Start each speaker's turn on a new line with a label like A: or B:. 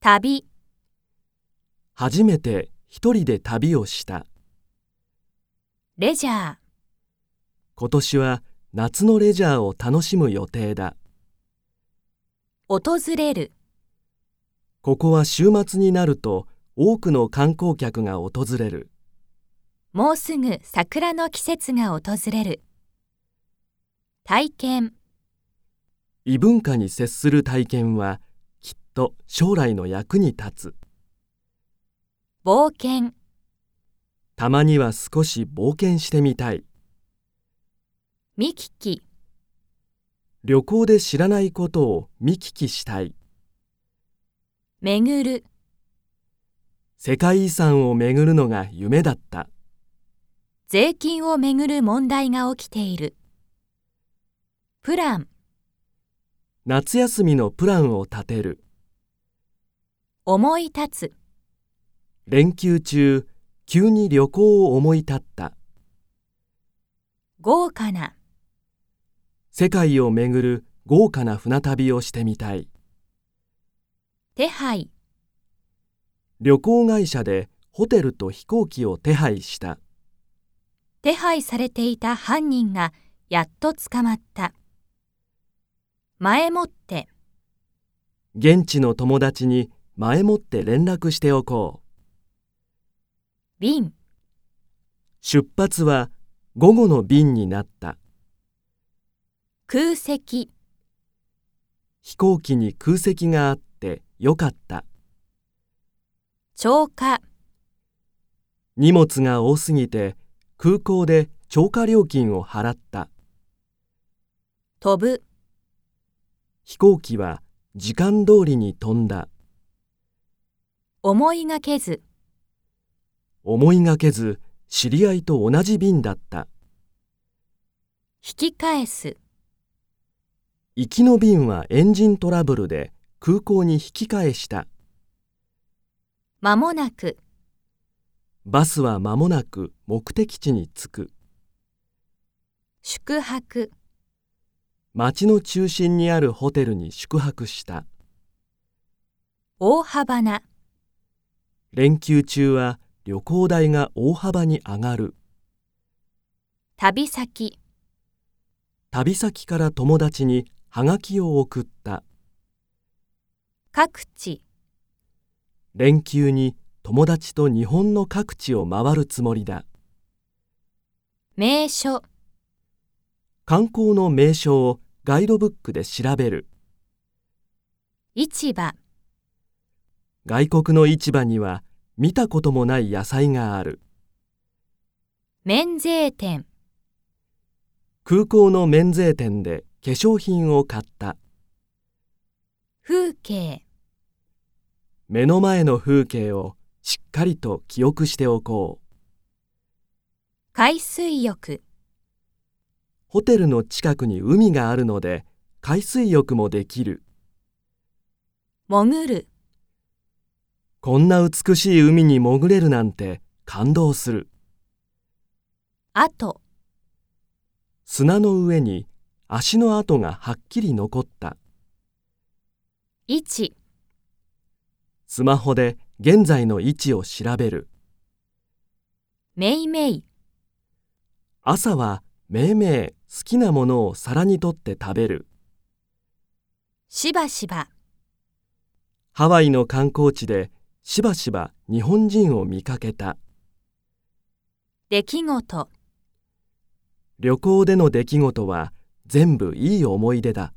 A: 旅、
B: 初めて一人で旅をした。
A: レジャー、
B: 今年は夏のレジャーを楽しむ予定だ。
A: 訪れる、
B: ここは週末になると多くの観光客が訪れる。
A: もうすぐ桜の季節が訪れる。体験、
B: 異文化に接する体験はきっと将来の役に立つ。
A: 冒険、
B: たまには少し冒険してみたい。
A: 見聞き、
B: 旅行で知らないことを見聞きしたい。
A: 巡る、
B: 世界遺産を巡るのが夢だった。
A: 税金をめぐる問題が起きている。プラン、
B: 夏休みのプランを立てる。
A: 思い立つ、
B: 連休中、急に旅行を思い立った。
A: 豪華な、
B: 世界を巡る豪華な船旅をしてみたい。
A: 手配、
B: 旅行会社でホテルと飛行機を手配した。
A: 手配されていた犯人がやっと捕まった。前もって、
B: 現地の友達に前もって連絡しておこう。
A: 便、
B: 出発は午後の便になった。
A: 空席、
B: 飛行機に空席があってよかった。
A: 超過、
B: 荷物が多すぎて空港で超過料金を払った。
A: 飛ぶ。
B: 飛行機は時間通りに飛んだ。
A: 思いがけず、
B: 思いがけず知り合いと同じ便だった。
A: 引き返す、
B: 行きの便はエンジントラブルで空港に引き返した。
A: 間もなく、
B: バスは間もなく目的地に着く。
A: 宿泊、
B: 街の中心にあるホテルに宿泊した。
A: 大幅な、
B: 連休中は旅行代が大幅に上がる。
A: 旅先、
B: 旅先から友達にハガキを送った。
A: 各地、
B: 連休に友達と日本の各地を回るつもりだ。
A: 名所、
B: 観光の名所をガイドブックで調べる。
A: 市場、
B: 外国の市場には見たこともない野菜がある。
A: 免税店、
B: 空港の免税店で化粧品を買った
A: 風景、
B: 目の前の風景をしっかりと記憶しておこう
A: 海水浴、
B: ホテルの近くに海があるので海水浴もできる
A: 潜る、
B: こんな美しい海に潜れるなんて感動する
A: 後、
B: 砂の上に足の跡がはっきり残った
A: 位置、
B: スマホで現在の位置を調べる
A: めいめい、
B: 朝はめいめい好きなものを皿にとって食べる
A: しばしば、
B: ハワイの観光地でしばしば日本人を見かけた
A: 出来事。
B: 旅行での出来事は全部いい思い出だ。